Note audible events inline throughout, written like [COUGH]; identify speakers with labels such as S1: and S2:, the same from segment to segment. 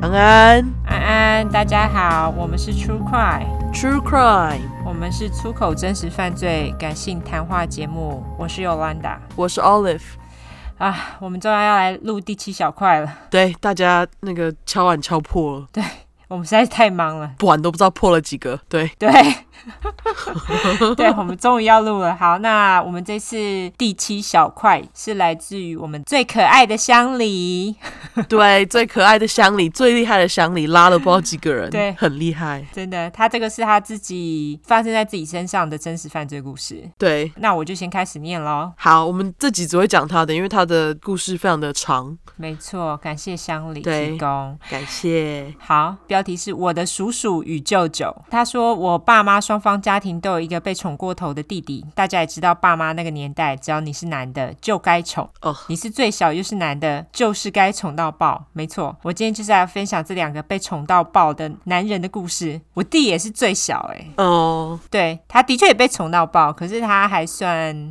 S1: 安安
S2: 安安，大家好，我们是 True Crime，
S1: ，True Crime，
S2: 我们是出口真实犯罪感性谈话节目，我是 Yolanda
S1: 我是 Olive。
S2: 啊，我们终于要来录第七小块了，
S1: 对，大家那个敲碗敲破了，
S2: 我们实在是太忙了，
S1: 碗都不知道破了几个。 [LAUGHS] 对，
S2: 对， [LAUGHS] 对，我们终于要录了。好，那我们这次第七小块是来自于我们最可爱的乡里，
S1: 对，最可爱的乡里，最厉害的乡里，拉了不知道几个人，
S2: 对
S1: 很厉害。
S2: 真的，他这个是他自己发生在自己身上的真实犯罪故事。
S1: 对，
S2: 那我就先开始念喽。
S1: 好，我们这集只会讲他的，因为他的故事非常的长。
S2: 没错，感谢乡里
S1: 对
S2: 提供。
S1: 感谢。
S2: 好，标题是我的叔叔与舅舅。他说，我爸妈双方家庭都有一个被宠过头的弟弟。大家也知道，爸妈那个年代，只要你是男的，就该宠。
S1: 哦，
S2: 你是最小又是男的，就是该宠到爆。没错，我今天就是来分享这两个被宠到爆的男人的故事。我弟也是最小、诶，
S1: 哦， [LAUGHS]
S2: 对，他的确也被宠到爆，可是他还算，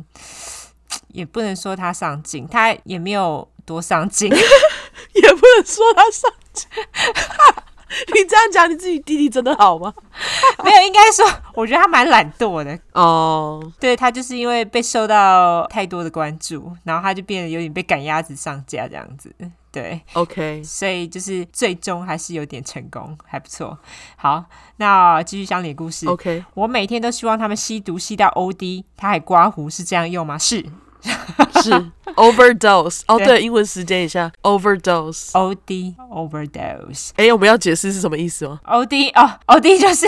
S2: 也不能说他上进，他也没有多上进。 [LAUGHS]
S1: 也不能说他上进。 [LAUGHS] 你这样讲你自己弟弟真的好吗？
S2: 没有，应该说，我觉得他蛮懒惰的。
S1: 哦，
S2: 对他就是因为被受到太多的关注，然后他就变得有点被赶鸭子上架这样子。对，
S1: OK，
S2: 所以就是最终还是有点成功，还不错。好，那继续乡里故事。
S1: OK，
S2: 我每天都希望他们吸毒吸到 OD，他还刮胡是这样用吗？是
S1: 是 overdose。哦，
S2: 对
S1: 对，英文时间一下 overdose。
S2: OD overdose。
S1: 哎、我们要解释是什么意思吗？
S2: O D 哦，O D [LAUGHS] 就是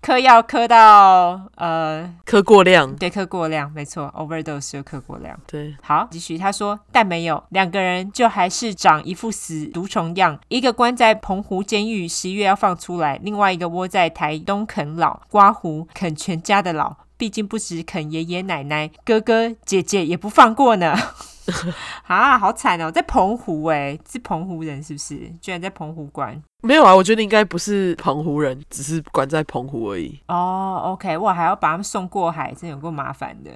S2: 嗑药嗑到呃，
S1: 喝过量，
S2: 对，嗑过量，没错，overdose 就嗑过量。
S1: 对，
S2: 好，继续。他说，但没有两个人就还是长一副死毒虫样，一个关在澎湖监狱，十一月要放出来；另外一个窝在台东啃老，刮胡啃全家的老。毕竟不止啃爷爷奶奶、哥哥姐姐，也不放过呢。 [LAUGHS] 啊，好惨哦，在澎湖哎，是澎湖人是不是？居然在澎湖关
S1: 没有啊，我觉得应该不是澎湖人，只是管在澎湖而已。
S2: 哦，OK，我还要把他们送过海，真有够麻烦的。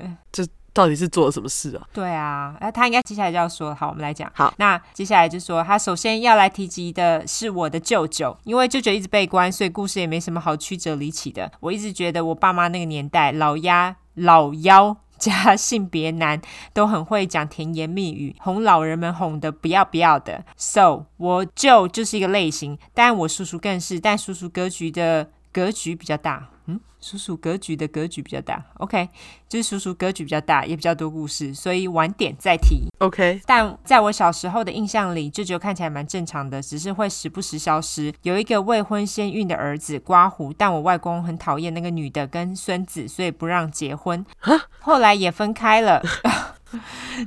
S1: 到底是做了什么事啊？
S2: 对啊，那他应该接下来就要说，好，我们来讲。
S1: 好，
S2: 那接下来就说他首先要来提及的是我的舅舅，因为舅舅一直被关，所以故事也没什么好曲折离奇的。我一直觉得我爸妈那个年代，老鸭老妖。加性别男都很会讲甜言蜜语，哄老人们哄得不要不要的。So 我舅就是一个类型，但我叔叔更是，但叔叔格局的格局比较大。嗯，叔叔格局的格局比较大。OK，就是叔叔格局比较大，也比较多故事，所以晚点再提。
S1: OK，
S2: 但在我小时候的印象里，舅舅看起来蛮正常的，只是会时不时消失。有一个未婚先孕的儿子刮胡，但我外公很讨厌那个女的跟孙子，所以不让结婚。 [LAUGHS] 后来也分开了。 [LAUGHS]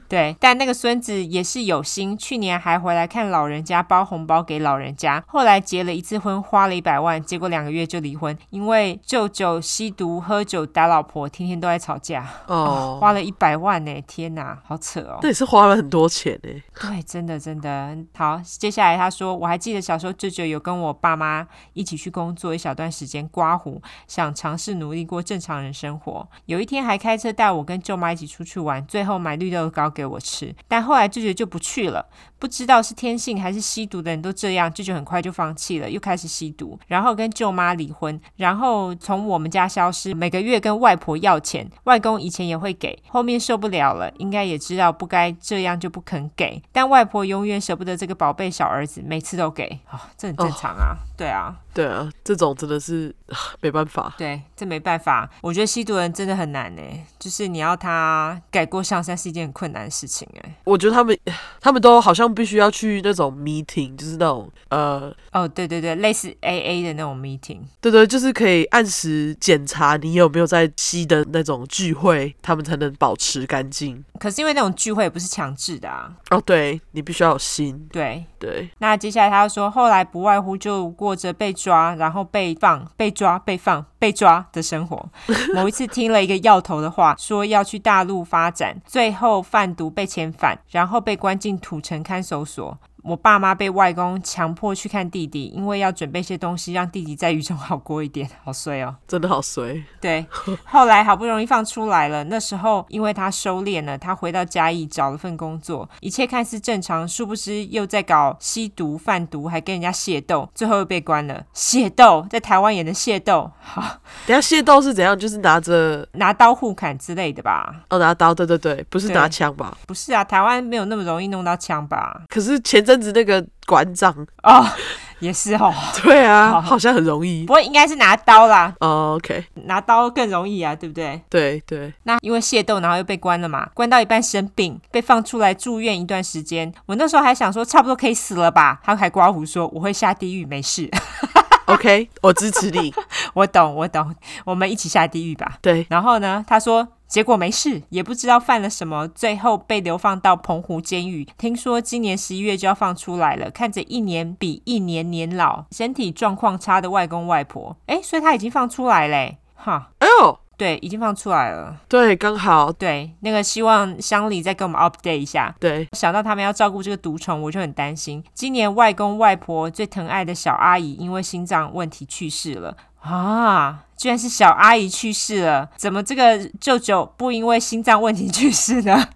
S2: 对，但那个孙子也是有心，去年还回来看老人家，包红包给老人家。后来结了一次婚，花了一百万，结果两个月就离婚，因为舅舅吸毒、喝酒、打老婆，天天都在吵架，
S1: 哦，
S2: 花了一百万呢、天哪，好扯哦。
S1: 那也是花了很多钱呢、
S2: 对，真的真的好。接下来他说，我还记得小时候舅舅有跟我爸妈一起去工作一小段时间刮胡，想尝试努力过正常人生活。有一天还开车带我跟舅妈一起出去玩，最后买绿豆糕给我吃。但后来舅舅就不去了，不知道是天性还是吸毒的人都这样，舅舅很快就放弃了，又开始吸毒，然后跟舅妈离婚，然后从我们家消失，每个月跟外婆要钱，外公以前也会给，后面受不了了，应该也知道不该这样就不肯给，但外婆永远舍不得这个宝贝小儿子，每次都给，哦，这很正常啊，对啊，
S1: 对啊，这种真的是啊没办法。
S2: 对，这没办法，我觉得吸毒人真的很难呢，就是你要他改过向善是一件很困难的事情哎，
S1: 我觉得他们他们都好像必须要去那种 meeting，就是那种呃，
S2: 哦，对对对，类似 AA 的那种 meeting。
S1: 对对，就是可以按时检查你有没有在吸的那种聚会，他们才能保持干净。
S2: 可是因为那种聚会也不是强制的啊，
S1: 哦，对你必须要有心，
S2: 对。
S1: 对，
S2: 那接下来他又说，后来不外乎就过着被抓，然后被放、被抓、被放、被抓的生活。某一次听了一个要头的话，说要去大陆发展，最后贩毒被遣返，然后被关进土城看守所。我爸妈被外公强迫去看弟弟，因为要准备一些东西，让弟弟在狱中好过一点。好衰哦。
S1: 真的好衰。
S2: 对，后来好不容易放出来了。那时候因为他收敛了，他回到嘉义找了份工作，一切看似正常，殊不知又在搞吸毒、贩毒，还跟人家械斗，最后又被关了。械斗在台湾也能械斗，好
S1: 等一下械斗是怎样？就是拿着
S2: 拿刀互砍之类的吧？
S1: 哦拿刀，对对对，不是
S2: 对
S1: 拿枪吧？
S2: 不是啊，台湾没有那么容易弄到枪吧？
S1: 可是前阵子那个馆长，
S2: 哦， [LAUGHS] 也是哦，
S1: 对啊，
S2: 好
S1: 好像很容易
S2: 不。过应该是拿刀啦，
S1: 哦，OK，
S2: 拿刀更容易啊，对不对？
S1: 对对，
S2: 那因为械斗，然后又被关了嘛，关到一半生病，被放出来住院一段时间。我那时候还想说，差不多可以死了吧？他还刮胡说我会下地狱，没事。 [LAUGHS]
S1: OK，我支持你。
S2: 我懂，我懂，我们一起下地狱吧。
S1: 对，
S2: 然后呢，他说。结果没事，也不知道犯了什么，最后被流放到澎湖监狱。听说今年十一月就要放出来了，看着一年比一年年老，身体状况差的外公外婆，诶，所以他已经放出来嘞，哈，
S1: 哎呦，
S2: 对，已经放出来了。
S1: 对，刚好，
S2: 对，那个希望乡里再给我们 update 一下。
S1: 对，
S2: 想到他们要照顾这个毒虫，我就很担心。今年外公外婆最疼爱的小阿姨因为心脏问题去世了啊！居然是小阿姨去世了，怎么这个舅舅不因为心脏问题去世呢？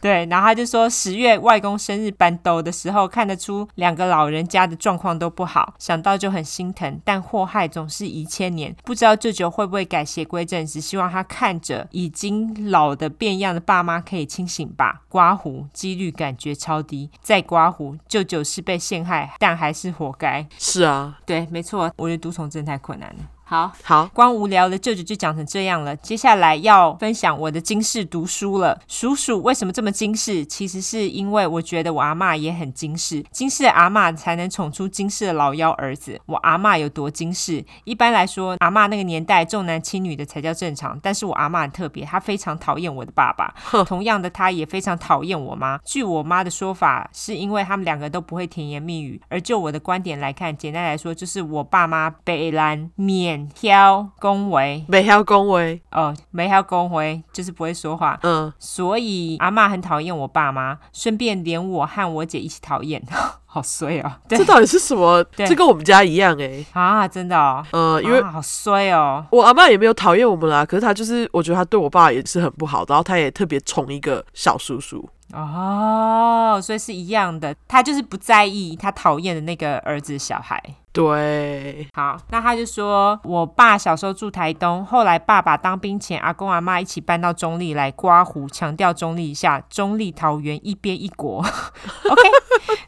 S2: 对，然后他就说，十月外公生日搬兜的时候，看得出两个老人家的状况都不好，想到就很心疼。但祸害总是一千年，不知道舅舅会不会改邪归正，只希望他看着已经老的变样的爸妈可以清醒吧。刮胡几率感觉超低，再刮胡，舅舅是被陷害，但还是活该。
S1: 是啊，
S2: 对，没错，我觉得毒虫真的太困难了。好，
S1: 好，
S2: 光无聊的舅舅就讲成这样了。接下来要分享我的惊世读书了。鼠鼠为什么这么惊世？其实是因为我觉得我阿嬷也很惊世，惊世的阿嬷才能宠出惊世的老幺儿子。我阿嬷有多惊世？一般来说，阿嬷那个年代重男轻女的才叫正常，但是我阿嬷很特别，她非常讨厌我的爸爸，
S1: [LAUGHS]
S2: 同样的，她也非常讨厌我妈。据我妈的说法，是因为他们两个都不会甜言蜜语。而就我的观点来看，简单来说，就是我爸妈北兰免挑恭维
S1: 美还要恭维，
S2: 哦，没挑恭维，就是不会说话。
S1: 嗯，
S2: 所以阿嬷很讨厌我爸妈，顺便连我和我姐一起讨厌，好衰
S1: [LAUGHS]
S2: 哦。对
S1: 这到底是什么？
S2: 对
S1: 这跟我们家一样哎，
S2: 啊，真的哦，
S1: 呃，因为
S2: 啊好衰哦。
S1: 我阿妈也没有讨厌我们啦，可是她就是，我觉得她对我爸也是很不好，然后她也特别宠一个小叔叔。
S2: 哦，所以是一样的，他就是不在意他讨厌的那个儿子小孩。
S1: 对，
S2: 好，那他就说，我爸小时候住台东，后来爸爸当兵前，阿公阿妈一起搬到中立来刮胡，强调中立一下，中立桃园一边一国 [LAUGHS] ，OK。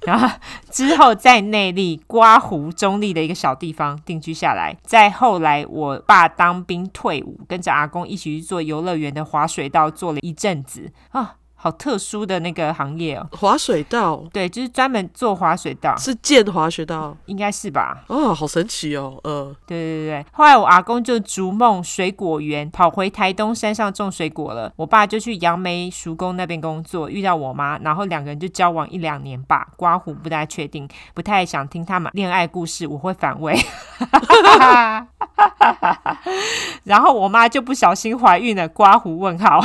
S2: 然后之后在内力刮胡中立的一个小地方定居下来。再后来，我爸当兵退伍，跟着阿公一起去做游乐园的滑水道，做了一阵子啊，好特殊的那个行业哦。
S1: 滑水道
S2: 对，就是专门做滑水道，
S1: 是剑滑水道
S2: 应该是吧？
S1: 哦，好神奇哦，嗯，
S2: 对对对对，后来我阿公就逐梦水果园，跑回台东山上种水果了。我爸就去杨梅叔公那边工作，遇到我妈，然后两个人就交往一两年吧。刮胡不太确定，不太想听他们恋爱故事，我会反胃。然后我妈就不小心怀孕了，刮胡问号。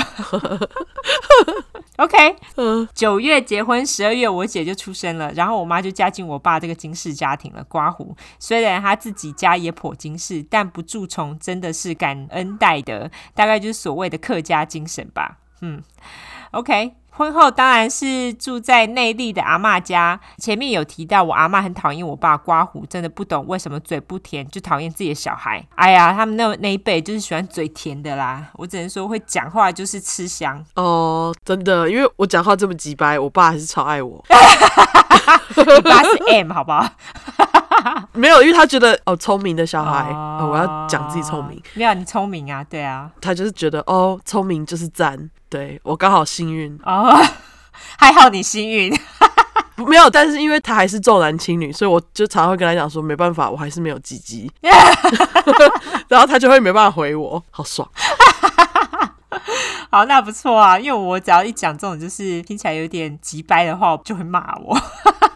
S2: OK，
S1: 嗯
S2: 九月结婚，十二月我姐就出生了，然后我妈就嫁进我爸这个金氏家庭了。刮胡，虽然他自己家也颇精世，但不注重真的是感恩戴德，大概就是所谓的客家精神吧。嗯，OK。婚后当然是住在内地的阿嬷家。前面有提到，我阿嬷很讨厌我爸刮胡，真的不懂为什么嘴不甜，就讨厌自己的小孩。哎呀，他们那那一辈就是喜欢嘴甜的啦。我只能说，会讲话就是吃香。
S1: [LAUGHS] 哦，真的，因为我讲话这么直白，我爸还是超爱我。
S2: 你爸是 M 好不好？
S1: 没有，因为他觉得哦，聪明的小孩，
S2: 哦
S1: 哦我要讲自己聪明，。
S2: 没有，你聪明啊，对啊。
S1: 他就是觉得哦，聪明就是赞。对我刚好幸运，
S2: 哦， [LAUGHS] 还好你幸运。
S1: 不没有，但是因为他还是重男轻女，所以我就常常会跟他讲说，没办法，我还是没有鸡鸡， [LAUGHS] 然后他就会没办法回我，好爽。
S2: 好，那不错啊，因为我只要一讲这种就是听起来有点急掰的话，就会骂我。 [LAUGHS]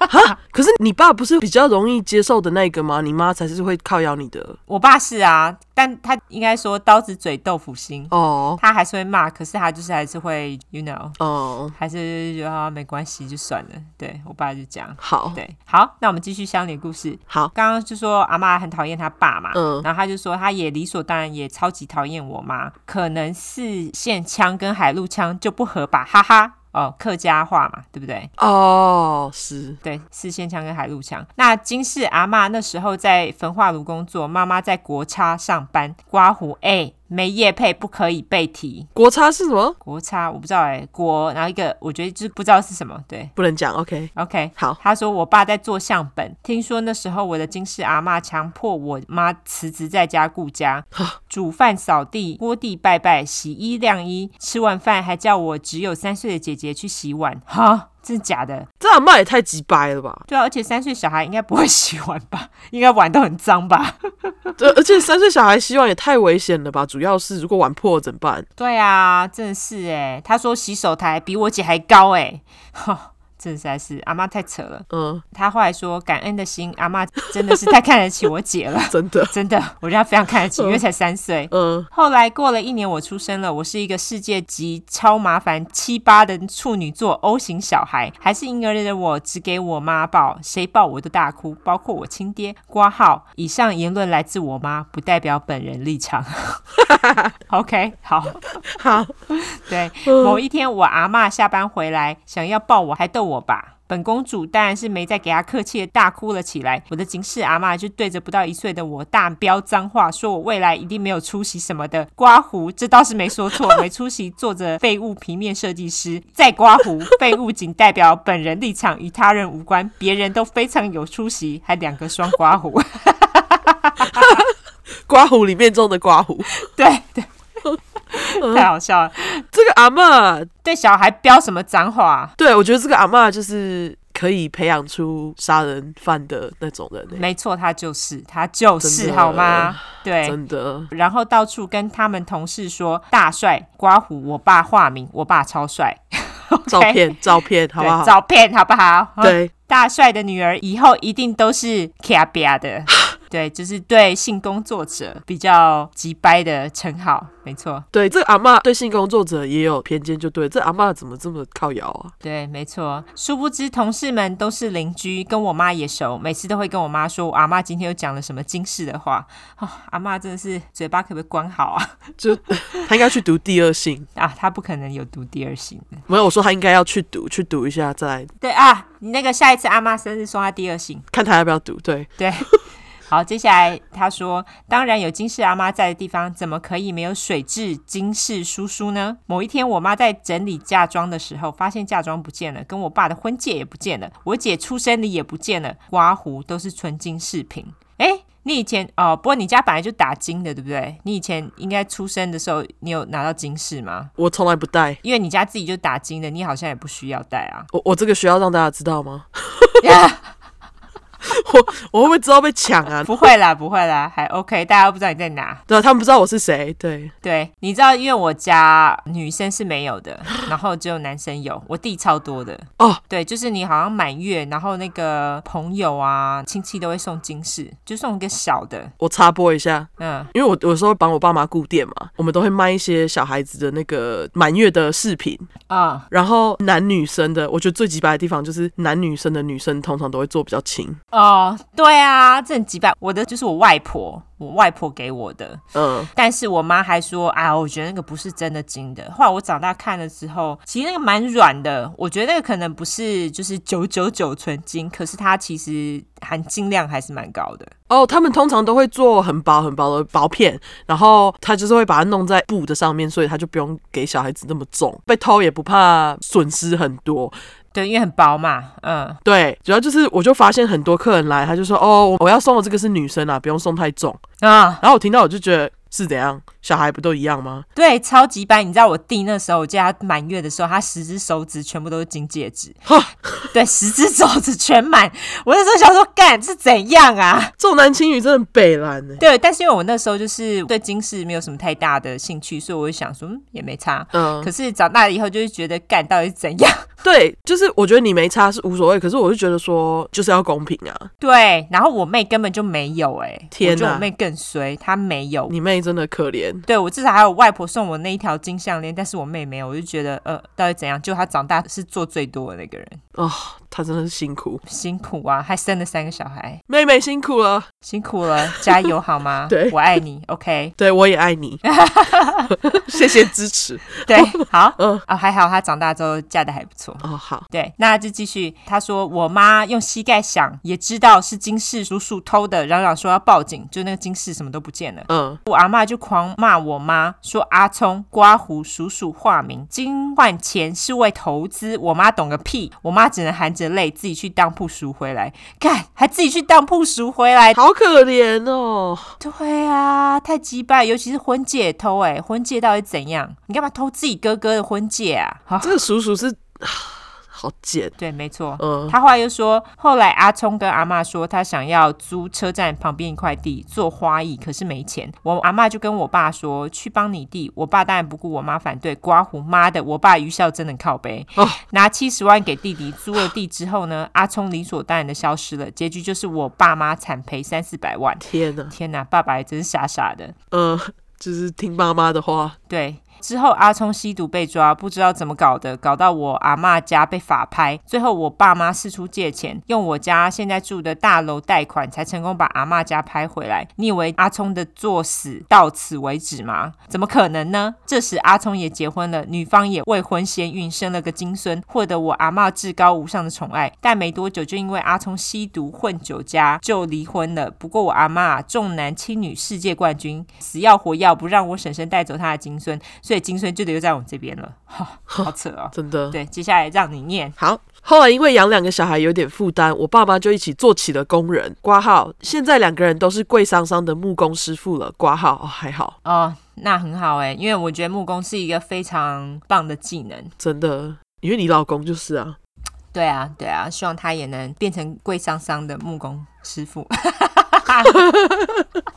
S1: 哈可是你爸不是比较容易接受的那个吗？你妈才是会靠咬你的
S2: 我爸是啊，但他应该说刀子嘴豆腐心，
S1: 哦
S2: 他还是会骂，可是他就是还是会，you know，
S1: 哦，
S2: 还是觉得啊没关系就算了。对我爸就这样。
S1: 好
S2: 对，好，那我们继续乡里的故事。
S1: 好，
S2: 刚刚就说阿妈很讨厌他爸嘛，
S1: 嗯
S2: 然后他就说他也理所当然也超级讨厌我妈，可能四线腔跟海陆腔就不合吧，哈哈。哦，客家话嘛，对不对？
S1: 哦，是
S2: 对，四线腔跟海陆腔。那金氏阿妈那时候在焚化炉工作，妈妈在国差上班。刮胡，哎、没业配不可以被提。
S1: 国差是什么？
S2: 国差我不知道哎、国，然后一个我觉得就是不知道是什么。对
S1: 不能讲，OK，
S2: ，OK，
S1: 好，
S2: 他说：“我爸在做相本，听说那时候我的金氏阿嬷强迫我妈辞职在家顾家，煮饭、扫地、拖地、拜拜、洗衣、晾衣。吃完饭还叫我只有三岁的姐姐去洗碗。哈，真的假的？
S1: 这阿妈也太鸡掰了吧？
S2: 对啊，而且三岁小孩应该不会 [LAUGHS] 洗碗吧？应该碗都很脏吧？
S1: 对，而且三岁小孩洗碗也太危险了吧？主要是如果碗破了怎么办？
S2: 对啊，真的是哎。他说洗手台比我姐还高哎，哈，真的实在是阿妈太扯了。
S1: 嗯，
S2: 他后来说，感恩的心，阿妈真的是太看得起我姐了。” [LAUGHS]
S1: 真的，
S2: 真的，我对他非常看得起，因为才三岁。
S1: 嗯，
S2: 后来过了一年，我出生了，我是一个世界级超麻烦七八的处女座 O 型小孩，还是婴儿的我只给我妈抱，谁抱我都大哭，包括我亲爹。挂号，以上言论来自我妈，不代表本人立场。OK，好，
S1: 好，
S2: 对，某一天我阿嬷下班回来，想要抱我，还逗我吧。本公主当然是没再给她客气的大哭了起来。我的警示阿嬷就对着不到一岁的我大飙脏话，说我未来一定没有出息什么的。刮胡，这倒是没说错，没出息做着废物平面设计师。再刮胡，废物仅代表本人立场，与他人无关，别人都非常有出息，还两个双刮胡。 [LAUGHS]
S1: 刮胡里面中的刮胡，
S2: 对对，太好笑了。
S1: 这个阿妈，
S2: 对小孩飙什么脏话啊、
S1: 对我觉得这个阿妈就是可以培养出杀人犯的那种人、欸，
S2: 没错，他就是，他就是，
S1: 真的
S2: 好吗？对。
S1: 真的，
S2: 然后到处跟他们同事说，大帅、刮胡，我爸化名，我爸超帅，
S1: 照片照片好不
S2: 对，
S1: 好？
S2: 照片好不好？嗯，
S1: 对，
S2: 大帅的女儿以后一定都是卡比亚
S1: [LAUGHS]
S2: 的，对，就是对性工作者比较急掰的称号，没错，
S1: 对，这个阿嬷对性工作者也有偏见，就对，这阿嬷怎么这么靠摇啊？
S2: 对，没错。殊不知同事们都是邻居，跟我妈也熟，每次都会跟我妈说，我阿妈今天又讲了什么惊世的话，哦、阿妈真的是嘴巴可不可以关好啊？
S1: 就 [LAUGHS] 他应该去读第二性，
S2: 啊，他不可能有读第二性的。
S1: 没有，我说他应该要去读，去读一下，再来
S2: 对啊，你那个下一次阿妈生日送他第二性。
S1: 看他要不要读。对，
S2: 对， [LAUGHS] 好，接下来他说，当然有金氏阿妈在的地方，怎么可以没有水质金氏叔叔呢？某一天，我妈在整理嫁妆的时候，发现嫁妆不见了，跟我爸的婚戒也不见了，我姐出生的也不见了，刮胡都是纯金饰品。哎，你以前哦，不过你家本来就打金的，对不对？你以前应该出生的时候，你有拿到金饰吗？
S1: 我从来不带，
S2: 因为你家自己就打金的，你好像也不需要戴啊。
S1: 我我这个需要让大家知道吗？ [LAUGHS] 我会不会知道被抢
S2: [LAUGHS]
S1: 啊？
S2: 不会啦，不会啦，还 OK，大家都不知道你在哪。
S1: 对啊，他们不知道我是谁。对，
S2: 对，你知道，因为我家女生是没有的，然后只有男生有，我弟超多的。
S1: 哦，
S2: 对，就是你好像满月，然后那个朋友啊、亲戚都会送金饰，就送一个小的。
S1: 我插播一下，
S2: 嗯，
S1: 因为我有时候帮我爸妈顾店嘛，我们都会卖一些小孩子的那个满月的饰品，
S2: 啊、
S1: 然后男女生的，我觉得最鸡掰的地方就是男女生的女生通常都会做比较轻，
S2: 哦，对啊，这很几百，我的就是我外婆，我外婆给我的。
S1: 嗯，
S2: 但是我妈还说啊，我觉得那个不是真的金的。后来我长大看了之后，其实那个蛮软的，我觉得那个可能不是就是九九九纯金，可是它其实含金量还是蛮高的。
S1: 哦，他们通常都会做很薄很薄的薄片，然后他就是会把它弄在布的上面，所以他就不用给小孩子那么重，被偷也不怕损失很多。
S2: 对，因为很薄嘛，嗯，
S1: 对，主要就是我就发现很多客人来，他就说哦，我要送的这个是女生啊，不用送太重。
S2: 啊，
S1: 然后我听到我就觉得是怎样，小孩不都一样吗？
S2: 对，超级白。你知道我弟那时候，我记得他满月的时候，他十只手指全部都是金戒指，对，十只手指全满。我那时候想说，干是怎样啊？
S1: 重男轻女真的很北蓝欸呢、
S2: 对，但是因为我那时候就是对金饰没有什么太大的兴趣，所以我就想说，嗯，也没差。
S1: 嗯，
S2: 可是长大以后就会觉得干到底是怎样？ [LAUGHS]
S1: 对，就是我觉得你没差是无所谓，可是我就觉得说就是要公平啊！
S2: 对，然后我妹根本就没有哎、
S1: 天
S2: 我觉得
S1: 哪
S2: 我妹更衰，她没有。
S1: 你妹真的可怜，
S2: 对我至少还有外婆送我那一条金项链，但是我妹没有，我就觉得呃，到底怎样？就她长大是做最多的那个人，
S1: 哦，她真的是辛苦，
S2: 辛苦啊，还生了三个小孩，
S1: 妹妹辛苦了，
S2: 辛苦了，加油好
S1: [LAUGHS]
S2: 吗？
S1: 对
S2: 我爱你，OK，
S1: [LAUGHS] 对我也爱你，谢谢支持。
S2: 对，好，
S1: 嗯
S2: 哦，还好她长大之后嫁的还不错。
S1: 哦，好，
S2: 对，那就继续。她说：“我妈用膝盖想，也知道是金氏叔叔偷的，嚷嚷说要报警，就那个金氏什么都不见了。”
S1: 嗯，
S2: 我阿嬷就狂骂我妈，说阿聪、刮胡、叔叔化名，金换钱是为投资。我妈懂个屁，我妈只能含着泪自己去当铺赎回来。看，还自己去当铺赎回来。
S1: 好可怜哦，
S2: 对啊，太鸡掰，尤其是婚戒偷、欸，哎，婚戒到底怎样？你干嘛偷自己哥哥的婚戒啊？ [LAUGHS] 好
S1: 这个叔叔是啊好贱，
S2: 对，没错。
S1: 嗯，
S2: 他后来又说，后来阿聪跟阿嬷说，他想要租车站旁边一块地做花艺，可是没钱。我阿嬷就跟我爸说，去帮你弟。我爸当然不顾我妈反对，刮胡妈的，我爸愚孝真的靠背。
S1: 哦
S2: 拿七十万给弟弟租了地之后呢，阿聪理所当然的消失了，结局就是我爸妈惨赔三四百万。
S1: 天哪，
S2: 天哪，爸爸也真是傻傻的。
S1: 嗯，就是听妈妈的话，
S2: 对，之后阿聪吸毒被抓，不知道怎么搞的，搞到我阿嬷家被法拍。最后我爸妈四处借钱，用我家现在住的大楼贷款，才成功把阿嬷家拍回来。你以为阿聪的作死到此为止吗？怎么可能呢？这时阿聪也结婚了，女方也未婚先孕，生了个金孙，获得我阿嬷至高无上的宠爱。但没多久就因为阿聪吸毒混酒家就离婚了。不过我阿嬷重男轻女世界冠军，死要活要不让我婶婶带走她的金孙，所以金孙就留在我这边了。 [LAUGHS] 哈，好扯
S1: [LAUGHS]
S2: 哦。
S1: 真的。
S2: 对，接下来让你念。
S1: 好，后来因为养两个小孩有点负担，我爸妈就一起做起了工人。挂号，现在两个人都是贵桑桑的木工师傅了。挂号哦，还好，
S2: 哦，那很好哎，因为我觉得木工是一个非常棒的技能。
S1: 真的，因为你老公就是啊，
S2: 对啊，对啊，希望他也能变成贵桑桑的木工师傅。
S1: [LAUGHS]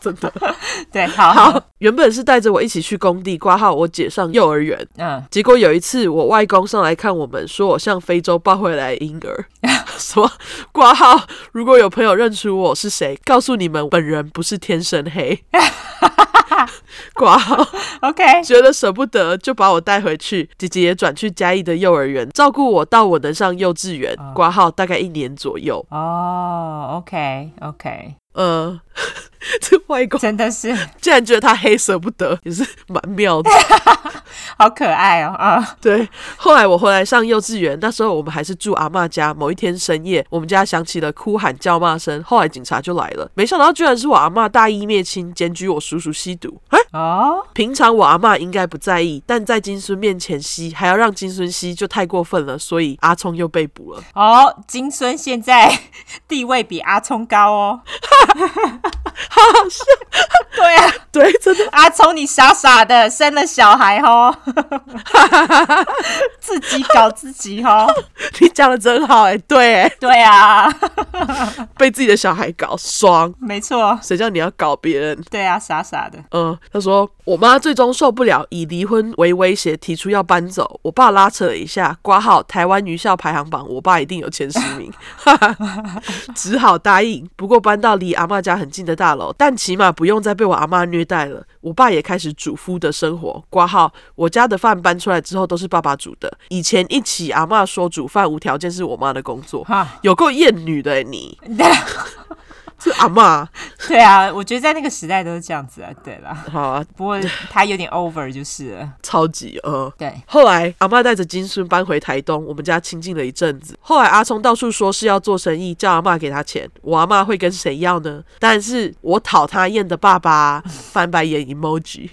S1: 真的。
S2: [LAUGHS] 对，好，
S1: 好，原本是带着我一起去工地挂号，我姐上幼儿园。
S2: 嗯，
S1: 结果有一次，我外公上来看我们，说我像非洲抱回来的婴 [LAUGHS] 儿，说挂号。如果有朋友认出我是谁，告诉你们本人不是天生 [LAUGHS] 黑。挂号。
S2: OK，
S1: 觉得舍不得，就把我带回去。姐姐也转去嘉义的幼儿园照顾我，到我能上幼稚园
S2: 啊，
S1: 挂号大概一年左右。
S2: 哦，OK，OK、o k
S1: 呃， [LAUGHS] 这外
S2: OK，
S1: 公
S2: 真的是
S1: 竟然觉得他黑舍不得，也是蛮妙的。
S2: 好可爱哦啊！
S1: 对，后来我回来上幼稚园，那时候我们还是住阿嬷家。某一天深夜，我们家响起了哭喊叫骂声，后来警察就来了，没想到居然是我阿嬷大义灭亲，检举我叔叔吸毒。哎，
S2: 哦，
S1: 平常我阿嬷应该不在意，但在金孙面前吸，还要让金孙吸，就太过分了。所以阿聪又被捕了。
S2: 哦，金孙现在地位比阿聪高哦，好好 [LAUGHS] 笑。对啊，
S1: 对，真的
S2: 阿聪你傻傻的生了小孩哦， [LAUGHS] 自己搞自己哦。
S1: 你讲的真好哎、对哎、
S2: 对啊，
S1: 被自己的小孩搞爽，
S2: 没错，
S1: 谁叫你要搞别人？
S2: 对啊，傻傻的。
S1: 嗯，他说我妈最终受不了，以离婚为威胁提出要搬走。我爸拉扯了一下，挂号台湾愚孝排行榜，我爸一定有前十名，哈哈，只好答应。不过搬到离阿嬷家很近的大楼，但起码不用再被我阿嬷虐待了。我爸也开始主夫的生活，挂号我家的饭搬出来之后都是爸爸煮的。以前一起阿嬷说煮饭无条件是我妈的工作，
S2: [LAUGHS] 哈，
S1: 有够厌女的、欸、你，是阿嬷。
S2: 啊对啊，我觉得在那个时代都是这样子啊。对啦，
S1: 好啊，
S2: 不过他有点 over 就是了。
S1: 超级呃。
S2: 对，
S1: 后来，阿嬷带着金孙搬回台东，我们家清静了一阵子。后来，阿聪到处说是要做生意，叫阿嬷给他钱。我阿嬷会跟谁要呢？但是我讨他厌的爸爸，翻白眼 emoji。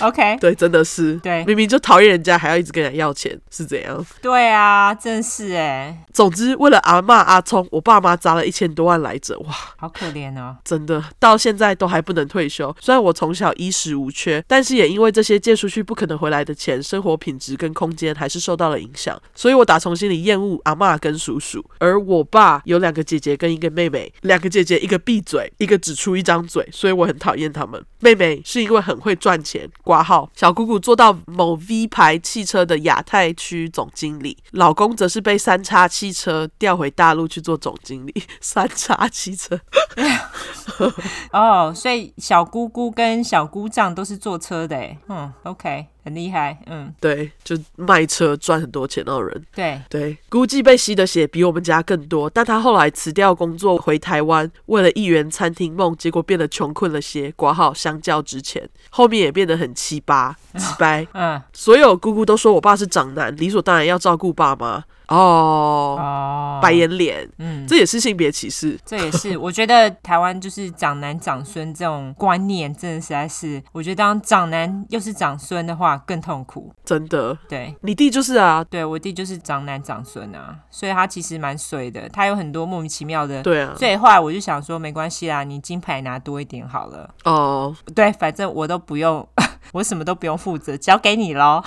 S2: OK，
S1: 对，真的是，
S2: 对
S1: 明明就讨厌人家，还要一直跟人家要钱，是怎样？
S2: 对啊，真是哎。
S1: 总之，为了阿嬷阿聪，我爸妈砸了一千多万来着，哇！
S2: 好可怜哦。
S1: 真的到现在都还不能退休。虽然我从小衣食无缺，但是也因为这些借出去不可能回来的钱，生活品质跟空间还是受到了影响。所以我打从心里厌恶阿嬷跟叔叔。而我爸有两个姐姐跟一个妹妹，两个姐姐一个闭嘴，一个只出一张嘴，所以我很讨厌他们。妹妹是因为很会赚赚钱。挂号，小姑姑做到某 V 牌汽车的亚太区总经理，老公则是被三叉汽车 [LAUGHS] 调回大陆去做总经理。三叉汽车，
S2: 哦，所以小姑姑跟小姑丈都是坐车的欸，嗯，OK，很厉害，嗯，
S1: 对，就卖车赚很多钱那种人。
S2: 对，
S1: 对，估计被吸的血比我们家更多。但他后来辞掉工作回台湾，为了一元餐厅梦，结果变得穷困了些。挂号相较之前，后面也变得很奇葩、奇掰。
S2: 嗯，
S1: 所有姑姑都说我爸是长男，理所当然要照顾爸妈。哦，
S2: 哦，
S1: 白眼脸，
S2: 嗯，
S1: 这也是性别歧视。
S2: 这也是，我觉得台湾就是长男长孙这种观念，真的实在是，我觉得当长男又是长孙的话更痛苦。
S1: 真的，
S2: 对，
S1: 你弟就是啊，
S2: 对我弟就是长男长孙啊，所以他其实蛮水的，他有很多莫名其妙的。
S1: 对啊，
S2: 所以后来我就想说，没关系啦，你金牌拿多一点好了。
S1: 哦
S2: 对，反正我都不用， [LAUGHS] 我什么都不用负责，交给你喽。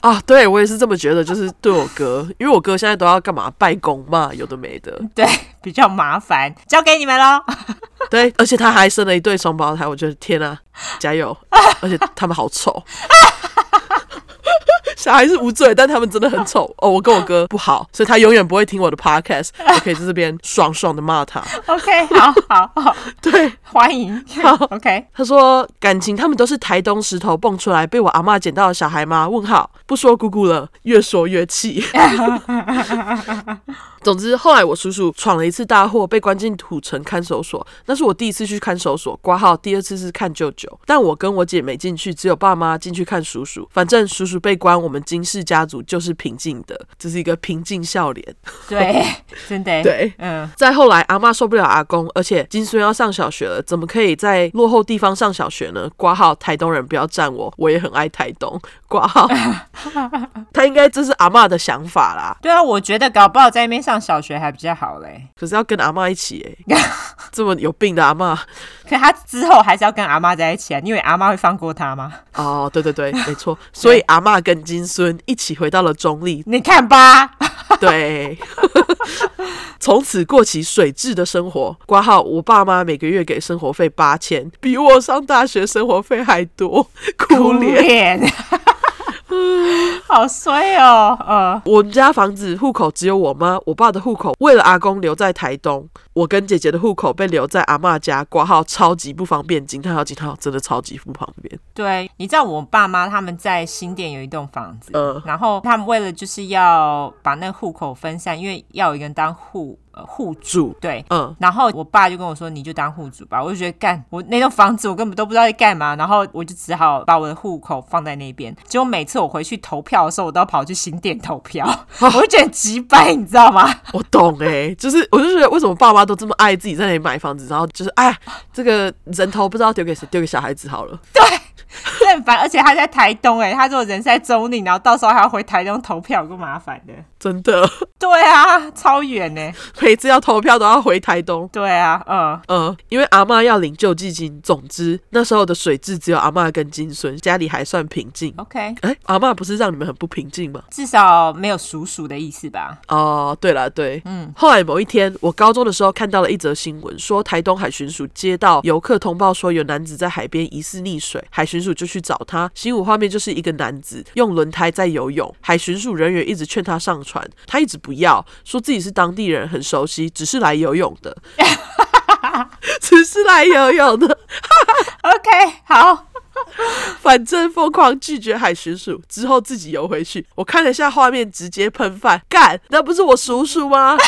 S1: 啊，对我也是这么觉得，就是对我哥，因为我哥现在都要干嘛拜公嘛，有的没的。
S2: [LAUGHS] 比较麻烦，交给你们喽。
S1: 对，而且他还生了一对双胞胎，我觉得天啊，加油！而且他们好丑， [LAUGHS] 小孩是无罪，但他们真的很丑哦。我跟我哥不好，所以他永远不会听我的 podcast，我可以在这边爽爽的骂他。
S2: OK，好好好，
S1: 对，
S2: 欢
S1: [LAUGHS]
S2: 迎。OK，
S1: 他说感情他们都是台东石头蹦出来被我阿嬷捡到的小孩吗？问号，不说姑姑了，越说越气。总之，后来我叔叔闯了一次大祸，被关进土城看守所。那是我第一次去看守所，挂号。第二次是看舅舅，但我跟我姐没进去，只有爸妈进去看叔叔。反正叔叔被关，我们金氏家族就是平静的，这是一个平静笑脸。
S2: 对，真的，
S1: 对，
S2: 嗯，
S1: 再后来，阿妈受不了阿公，而且金孙要上小学了，怎么可以在落后地方上小学呢？挂号台东人不要站我，我也很爱台东。 [LAUGHS] 挂号，他应该这是阿妈的想法啦，
S2: 对啊，我觉得搞不好在那边上小学还比较好嘞。
S1: 可是要跟阿妈一起哎、这么有病的阿妈
S2: 可他之后还是要跟阿妈在一起啊，你以为阿妈会放过他吗？
S1: 哦，对对对，没错，所以阿妈跟金孙一起回到了中立，
S2: 你看吧，
S1: 对， [LAUGHS] 从此过起水质的生活。挂号，我爸妈每个月给生活费八千，比我上大学生活费还多，哭脸。
S2: 脸， [LAUGHS] 好衰哦，呃，
S1: 我们家房子户口只有我妈，我爸的户口为了阿公留在台东，我跟姐姐的户口被留在阿嬷家，挂号超级不方便，惊叹号惊叹号，真的超级不方便。
S2: 对，你知道我爸妈他们在新店有一栋房子，
S1: 嗯
S2: 然后他们为了就是要把那个户口分散，因为要有一个人当户呃户主，
S1: 住，
S2: 对。
S1: 嗯，
S2: 然后我爸就跟我说：“你就当户主吧。”我就觉得干，我那栋房子我根本都不知道在干嘛，然后我就只好把我的户口放在那边。结果每次我回去投票的时候，我都要跑去新店投票，我就觉得很鸡掰，你知道吗？
S1: 我懂哎、 [LAUGHS] 就是我就觉得为什么爸妈都这么爱自己在那里买房子，然后就是哎，这个人头不知道丢给谁，丢给小孩子好了。
S2: [LAUGHS] 这很烦，而且他在台东哎、他如果人是在中立，然后到时候还要回台东投票，够麻烦的。
S1: 真的， [LAUGHS]
S2: 对啊， [LAUGHS] 超远呢、
S1: 每次要投票都要回台东，
S2: 对啊，嗯，
S1: 嗯，因为阿嬷要领救济金。总之，那时候的水质只有阿嬷跟金孙，家里还算平静。
S2: OK，
S1: 哎、阿嬷不是让你们很不平静吗？
S2: 至少没有叔叔的意思吧？
S1: 哦，对了，对，嗯。后来某一天，我高中的时候看到了一则新闻，说台东海巡署接到游客通报，说有男子在海边疑似溺水，海巡署就去找他。新闻画面就是一个男子用轮胎在游泳，海巡署人员一直劝他上船，他一直不要，说自己是当地人，很熟悉，只是来游泳的。 [LAUGHS] 只是来游泳的，
S2: OK，好，
S1: 反正疯狂拒绝海巡署之后自己游回去。我看了一下画面，直接喷饭，干，那不是我叔叔吗？ [LAUGHS]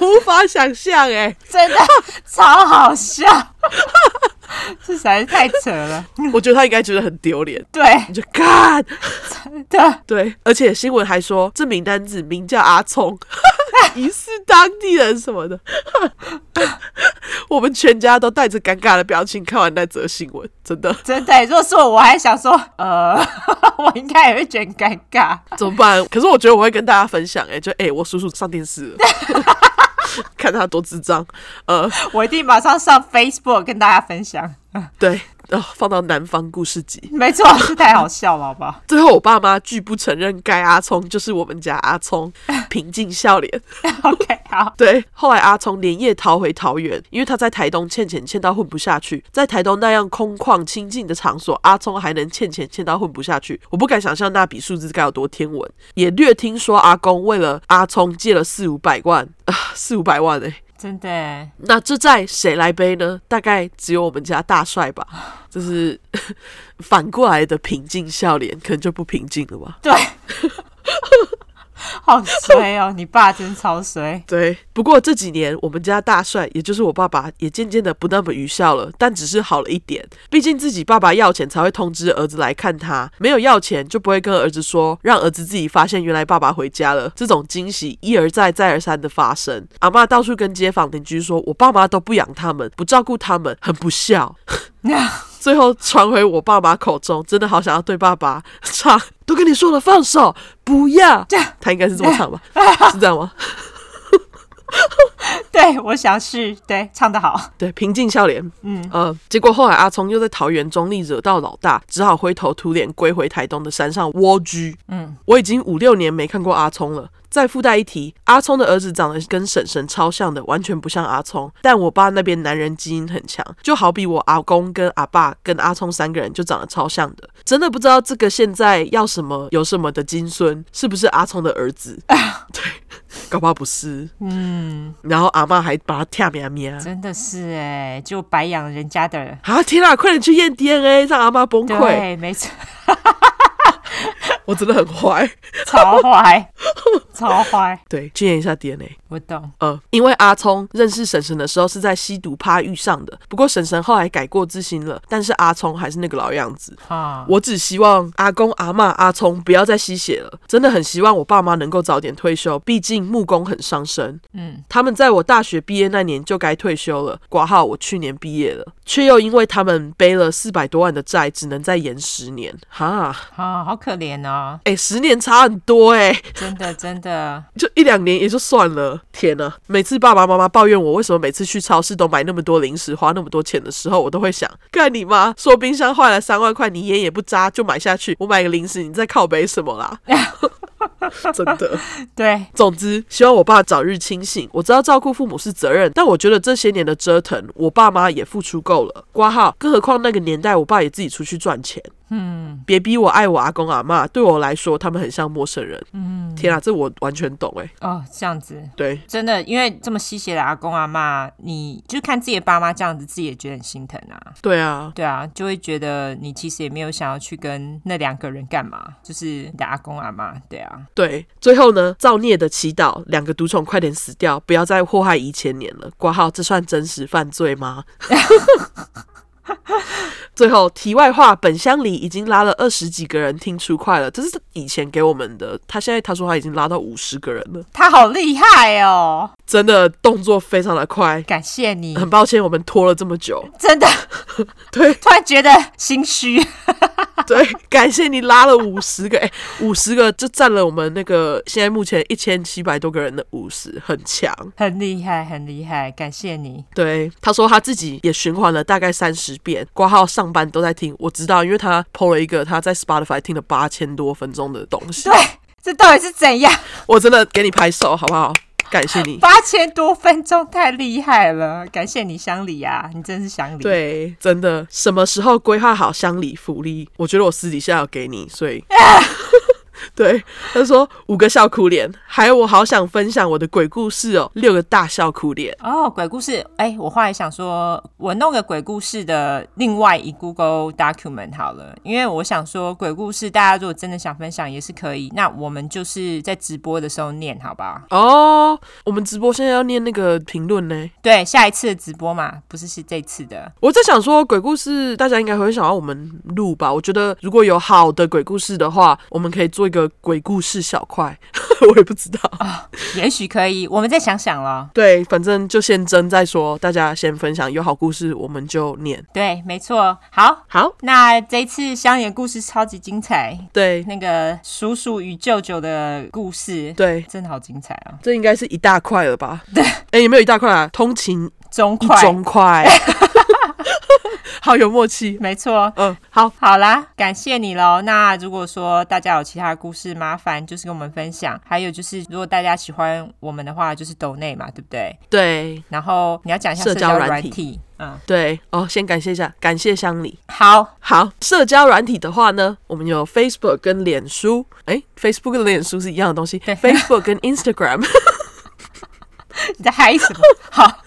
S1: 无法想象哎、
S2: 真的 [LAUGHS] 超好笑， [LAUGHS] 这实在是太扯了。
S1: 我觉得他应该觉得很丢脸。
S2: 对
S1: 你就干，
S2: 的，
S1: 对，而且新闻还说这名单子名叫阿聪， [LAUGHS] 疑似当地人什么的。 [LAUGHS] 我们全家都带着尴尬的表情看完那则新闻，真的
S2: 真的、如果是我，我还想说，呃， [LAUGHS] 我应该也会觉得尴尬。
S1: [LAUGHS] 怎么办？可是我觉得我会跟大家分享、欸，哎，就哎、欸我叔叔上电视了， [LAUGHS] 看他多智障。呃，呃
S2: 我一定马上上 Facebook 跟大家分享。
S1: 对，哦，放到南方故事集。
S2: 没错，是太好笑了，好不好？ [LAUGHS]
S1: 最后，我爸妈拒不承认该阿聪就是我们家阿聪，平静笑脸。
S2: OK，好，
S1: 对，后来阿聪连夜逃回桃园，因为他在台东欠钱欠到混不下去，在台东那样空旷清静的场所，阿聪还能欠钱欠到混不下去，我不敢想象那笔数字该有多天文。也略听说阿公为了阿聪借了四五百万啊，四五百万哎、
S2: 真的耶，
S1: 那这债谁来背呢？大概只有我们家大帅吧，就是反过来的平静笑脸，可能就不平静了吧。
S2: 对， [LAUGHS] 好衰哦，你爸真超衰。 [LAUGHS]
S1: 对，不过这几年我们家大帅，也就是我爸爸，也渐渐的不那么愚孝了，但只是好了一点。毕竟自己爸爸要钱才会通知儿子来看他，没有要钱就不会跟儿子说，让儿子自己发现原来爸爸回家了。这种惊喜一而再再而三的发生。阿嬷到处跟街坊邻居说，我爸妈都不养他们，不照顾他们，很不孝。最后传回我爸妈口中，真的好想要对爸爸唱，都跟你说了放手，不要。他应该是这么唱吧？是这样吗？
S2: 对，我想是，对，唱得好，
S1: 对，平静笑脸。嗯，呃，结果后来阿聪又在桃园中立惹到老大，只好灰头土脸归回台东的山上蜗居。嗯，我已经五六年没看过阿聪了。再附带一提，阿聪的儿子长得跟婶婶超像的，完全不像阿聪。但我爸那边男人基因很强，就好比我阿公跟阿爸跟阿聪三个人就长得超像的。真的不知道这个现在要什么有什么的金孙是不是阿聪的儿 [LAUGHS] 子？对，搞不好不是。
S2: 嗯，
S1: 然后阿妈还把他啊跳咩咩。
S2: 真的是哎，就白养人家的，
S1: 啊！天啊，快点去验 DNA，让阿妈崩溃！
S2: 对，没错，
S1: 我真的很坏。 [LAUGHS]
S2: 超坏，超坏，
S1: 对，去验一下 DNA。
S2: 我懂，
S1: 呃，因为阿聪认识婶婶的时候是在吸毒趴遇上的，不过婶婶后来改过自新了，但是阿聪还是那个老样子。
S2: 哈，
S1: 我只希望阿公、阿嬷、阿聪不要再吸血了，真的很希望我爸妈能够早点退休，毕竟木工很伤身。
S2: 嗯，
S1: 他们在我大学毕业那年就该退休了，挂号我去年毕业了，却又因为他们背了四百多万的债，只能再延十年。哈，
S2: 啊，好可怜哦，
S1: 哎、十年差很多哎、
S2: 真的，真的，
S1: 就一两年也就算了。天呐，每次爸爸妈妈抱怨我为什么每次去超市都买那么多零食，花那么多钱的时候，我都会想，干你妈！说冰箱坏了三万块，你眼也不眨就买下去，我买个零食，你在靠北什么啦？ [LAUGHS] 真的。
S2: 对，
S1: 总之，希望我爸早日清醒。我知道照顾父母是责任，但我觉得这些年的折腾，我爸妈也付出够了。挂号，更何况那个年代，我爸也自己出去赚钱。嗯，别逼我爱我阿公阿妈，对我来说，他们很像陌生人。嗯，天啊，这我完全懂哎、
S2: 哦，这样子，
S1: 对，
S2: 真的，因为这么吸血的阿公阿妈，你就看自己的爸妈这样子，自己也觉得很心疼啊。
S1: 对啊，
S2: 对啊，就会觉得你其实也没有想要去跟那两个人干嘛，就是你的阿公阿妈。对啊，
S1: 对。最后呢，造孽的祈祷，两个毒虫快点死掉，不要再祸害一千年了。挂号，这算真实犯罪吗？最后，题外话，本乡里已经拉了二十几个人听出快了，这是以前给我们的。他现在他说他已经拉到五十个人了，
S2: 他好厉害哦，
S1: 真的动作非常的快。
S2: 感
S1: [LAUGHS]
S2: 谢你，
S1: 很抱歉，我们拖了这么久。
S2: 真的
S1: 对
S2: 突然觉得心虚。
S1: 对，感谢你拉了五十个，哎、五十个就占了我们那个现在目前一千七百多个人的五十，很强。
S2: 很厉害，很厉害，感谢你。
S1: 对，他说他自己也循环了大概三十遍，挂号上班都在听。我知道，因为他 PO 了一个他在 Spotify 听了八千多分钟的东西
S2: 对，，这到底是怎样？
S1: [LAUGHS] 我真的给你拍手好不好？感谢你。
S2: 八千多分钟，太厉害了！感谢你，乡里啊，你真是乡里。，
S1: 对，真的，什么时候规划好乡里福利？我觉得我私底下要给你，所以。对，他说五个笑哭脸，还有我好想分享我的鬼故事哦，六个大笑哭脸。
S2: 哦，鬼故事，哎，我后来想说，我弄个鬼故事的另外一 Google document 好了，因为我想说，鬼故事大家如果真的想分享也是可以，那我们就是在直播的时候念，好吧？
S1: 哦，我们直播现在要念那个评论呢。
S2: 对，下一次的直播嘛，不是是这次的，
S1: 我在想说，鬼故事大家应该会想要我们录吧？我觉得如果有好的鬼故事的话，我们可以做一个鬼故事小块。 [LAUGHS] 我也不知道，
S2: 也许可以，我们再想想了。
S1: 对，反正就先争再说。大家先分享有好故事，我们就念。
S2: 对，没错，好。
S1: 好，
S2: 那这一次乡野故事超级精彩，
S1: 对
S2: 那个叔叔与舅舅的故事，
S1: 对，
S2: 真的好精彩啊！
S1: 这应该是一大块了吧？对，哎，有没有一大块啊？通勤
S2: 中
S1: 一
S2: 快，
S1: 中块， [LAUGHS] 好有默契。
S2: 没错。
S1: 嗯，好，
S2: 好啦，感谢你喽。那如果说大家有其他的故事，麻烦就是跟我们分享。还有就是，如果大家喜欢我们的话，就是抖内嘛，对不对？
S1: 对
S2: 然后你要讲一下
S1: 社
S2: 社
S1: 交
S2: 交
S1: 软
S2: 软
S1: 体
S2: 体。嗯，
S1: 对哦，先感谢一下，感谢乡里。
S2: 好，
S1: 好，社交软体的话呢，我们有 Facebook 跟脸书，诶 f a c e b o o k 跟脸书是一样的东西
S2: 对
S1: ，Facebook 跟 Instagram， [LAUGHS]
S2: 你在嗨什么？好，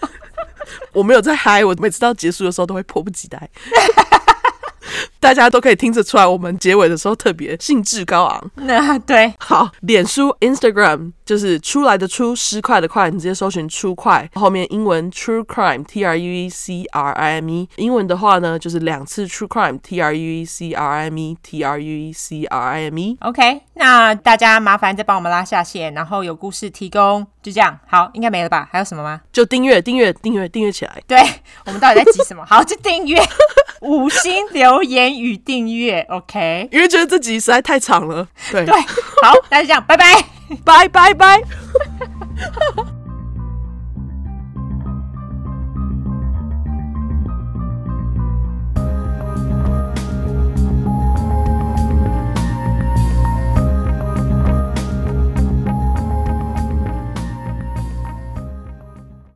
S1: 我没有在嗨，我每次到结束的时候都会迫不及待。 [LAUGHS] 大家都可以听得出来，我们结尾的时候特别兴致高昂。
S2: 那对，
S1: 好，脸书、Instagram 就是出来的出，失快的快，你直接搜寻出快，后面英文 True Crime，T R U E C R I M E，英文的话呢就是两次 True Crime，T R U E C R I M E，T R U E C R I M E。
S2: OK，那大家麻烦再帮我们拉下线，然后有故事提供，就这样。好，应该没了吧？还有什么吗？
S1: 就订阅、订阅、订阅、订阅起来。
S2: 对我们到底在急什么？好，就订
S1: [LAUGHS]
S2: 阅、五星留言与订阅。OK，
S1: 因为觉得这集实在太长了，对
S2: 对，好，那就这样，拜拜。
S1: 拜拜拜。